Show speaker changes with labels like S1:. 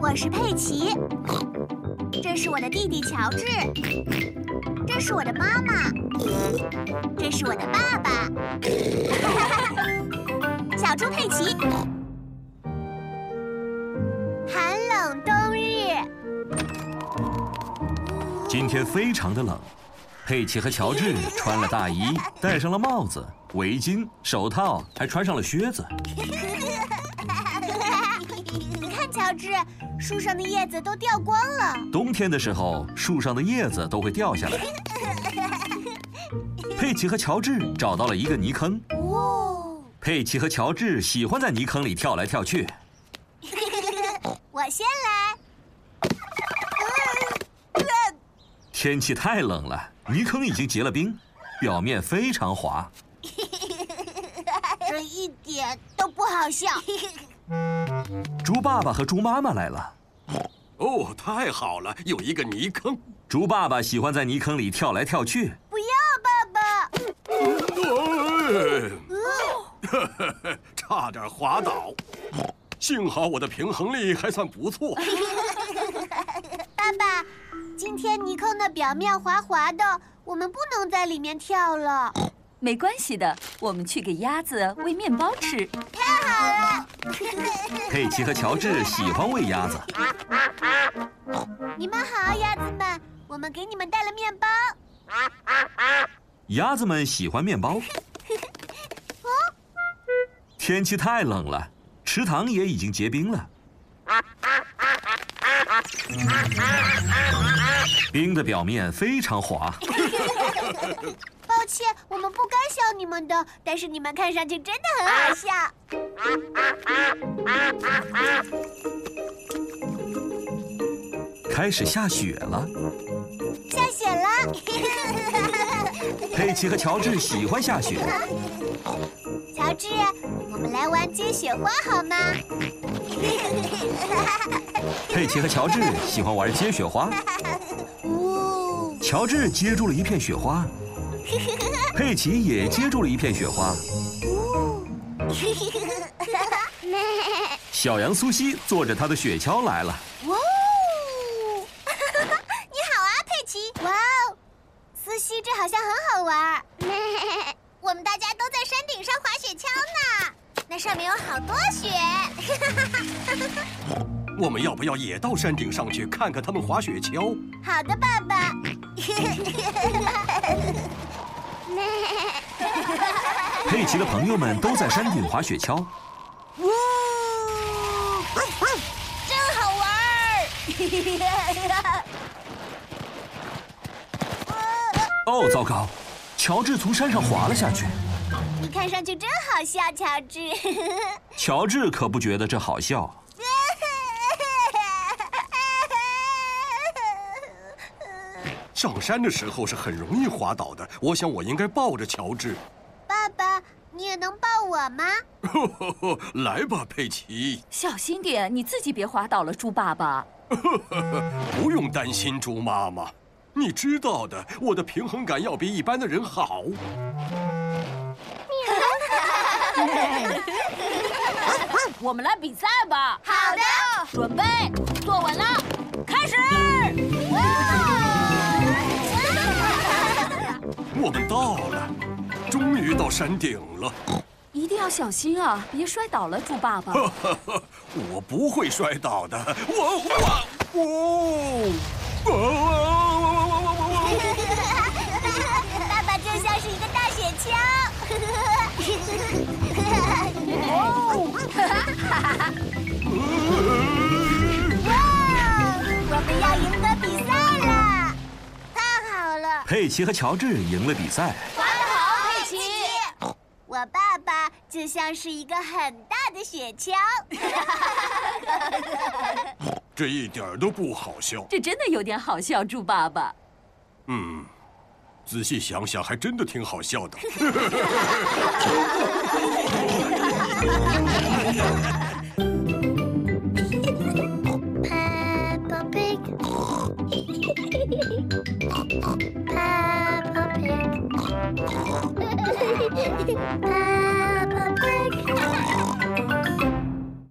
S1: 我是佩奇，这是我的弟弟乔治，这是我的妈妈，这是我的爸爸。 小猪佩奇，寒冷冬日，
S2: 今天非常的冷，佩奇和乔治穿了大衣，戴上了帽子、围巾、手套，还穿上了靴子。
S1: 你看乔治，树上的叶子都掉光了。
S2: 冬天的时候，树上的叶子都会掉下来。佩奇和乔治找到了一个泥坑，
S1: 哦，
S2: 佩奇和乔治喜欢在泥坑里跳来跳去。
S1: 我先来。
S2: 天气太冷了，泥坑已经结了冰，表面非常滑。
S1: 这一点都不好笑。
S2: 猪爸爸和猪妈妈来了，
S3: 哦，太好了，有一个泥坑。
S2: 猪爸爸喜欢在泥坑里跳来跳去，
S1: 不要，爸爸！
S3: 哎
S1: 哦，
S3: 差点滑倒，幸好我的平衡力还算不错。
S1: 爸爸，今天泥坑的表面滑滑的，我们不能在里面跳了。
S4: 没关系的，我们去给鸭子喂面包吃。
S2: 佩奇和乔治喜欢喂鸭子。
S1: 你们好，鸭子们，我们给你们带了面包。
S2: 鸭子们喜欢面包。天气太冷了，池塘也已经结冰了。冰的表面非常滑，
S1: 抱歉，我们不该笑你们的，但是你们看上去真的很好笑。
S2: 开始下雪了。
S1: 下雪了，
S2: 佩奇和乔治喜欢下雪，
S1: 乔治，我们来玩接雪花好吗？
S2: 佩奇和乔治喜欢玩接雪花。
S1: 呜、
S2: 乔治接住了一片雪花，佩奇也接住了一片雪花。
S1: 呜，
S2: 小羊苏西坐着他的雪橇来了。
S1: 哇哦！你好啊，佩奇！哇哦，思西，这好像很好玩儿。我们大家都在山顶上滑雪橇呢，那上面有好多雪。
S3: 我们要不要也到山顶上去看看他们滑雪橇？
S1: 好的，爸爸。
S2: 佩奇的朋友们都在山顶滑雪橇，
S1: 呜，真好玩儿！
S2: 哦，糟糕！乔治从山上滑了下去。
S1: 你看上去真好笑，乔治。
S2: 乔治可不觉得这好笑。
S3: 上山的时候是很容易滑倒的，我想我应该抱着乔治。
S1: 爸爸，你也能抱我吗？
S3: 来吧，佩奇，
S4: 小心点，你自己别滑倒了，猪爸爸。
S3: 不用担心猪妈妈。你知道的，我的平衡感要比一般的人好。
S4: 我们来比赛吧。
S1: 好 的。
S4: 准备，坐稳了，开始。
S3: 我们到了，终于到山顶了。
S4: 一定要小心啊，别摔倒了，猪爸爸。
S3: 我不会摔倒的，我我哦，哦哦
S1: 爸爸就像是一个大雪橇。哦哇！我们要赢得比赛了，太好了！
S2: 佩奇和乔治赢了比赛。
S1: 滑得好，佩奇。我爸爸就像是一个很大的雪橇。
S3: 这一点儿都不好笑。
S4: 这真的有点好笑，猪爸爸。
S3: 嗯，仔细想想，还真的挺好笑的。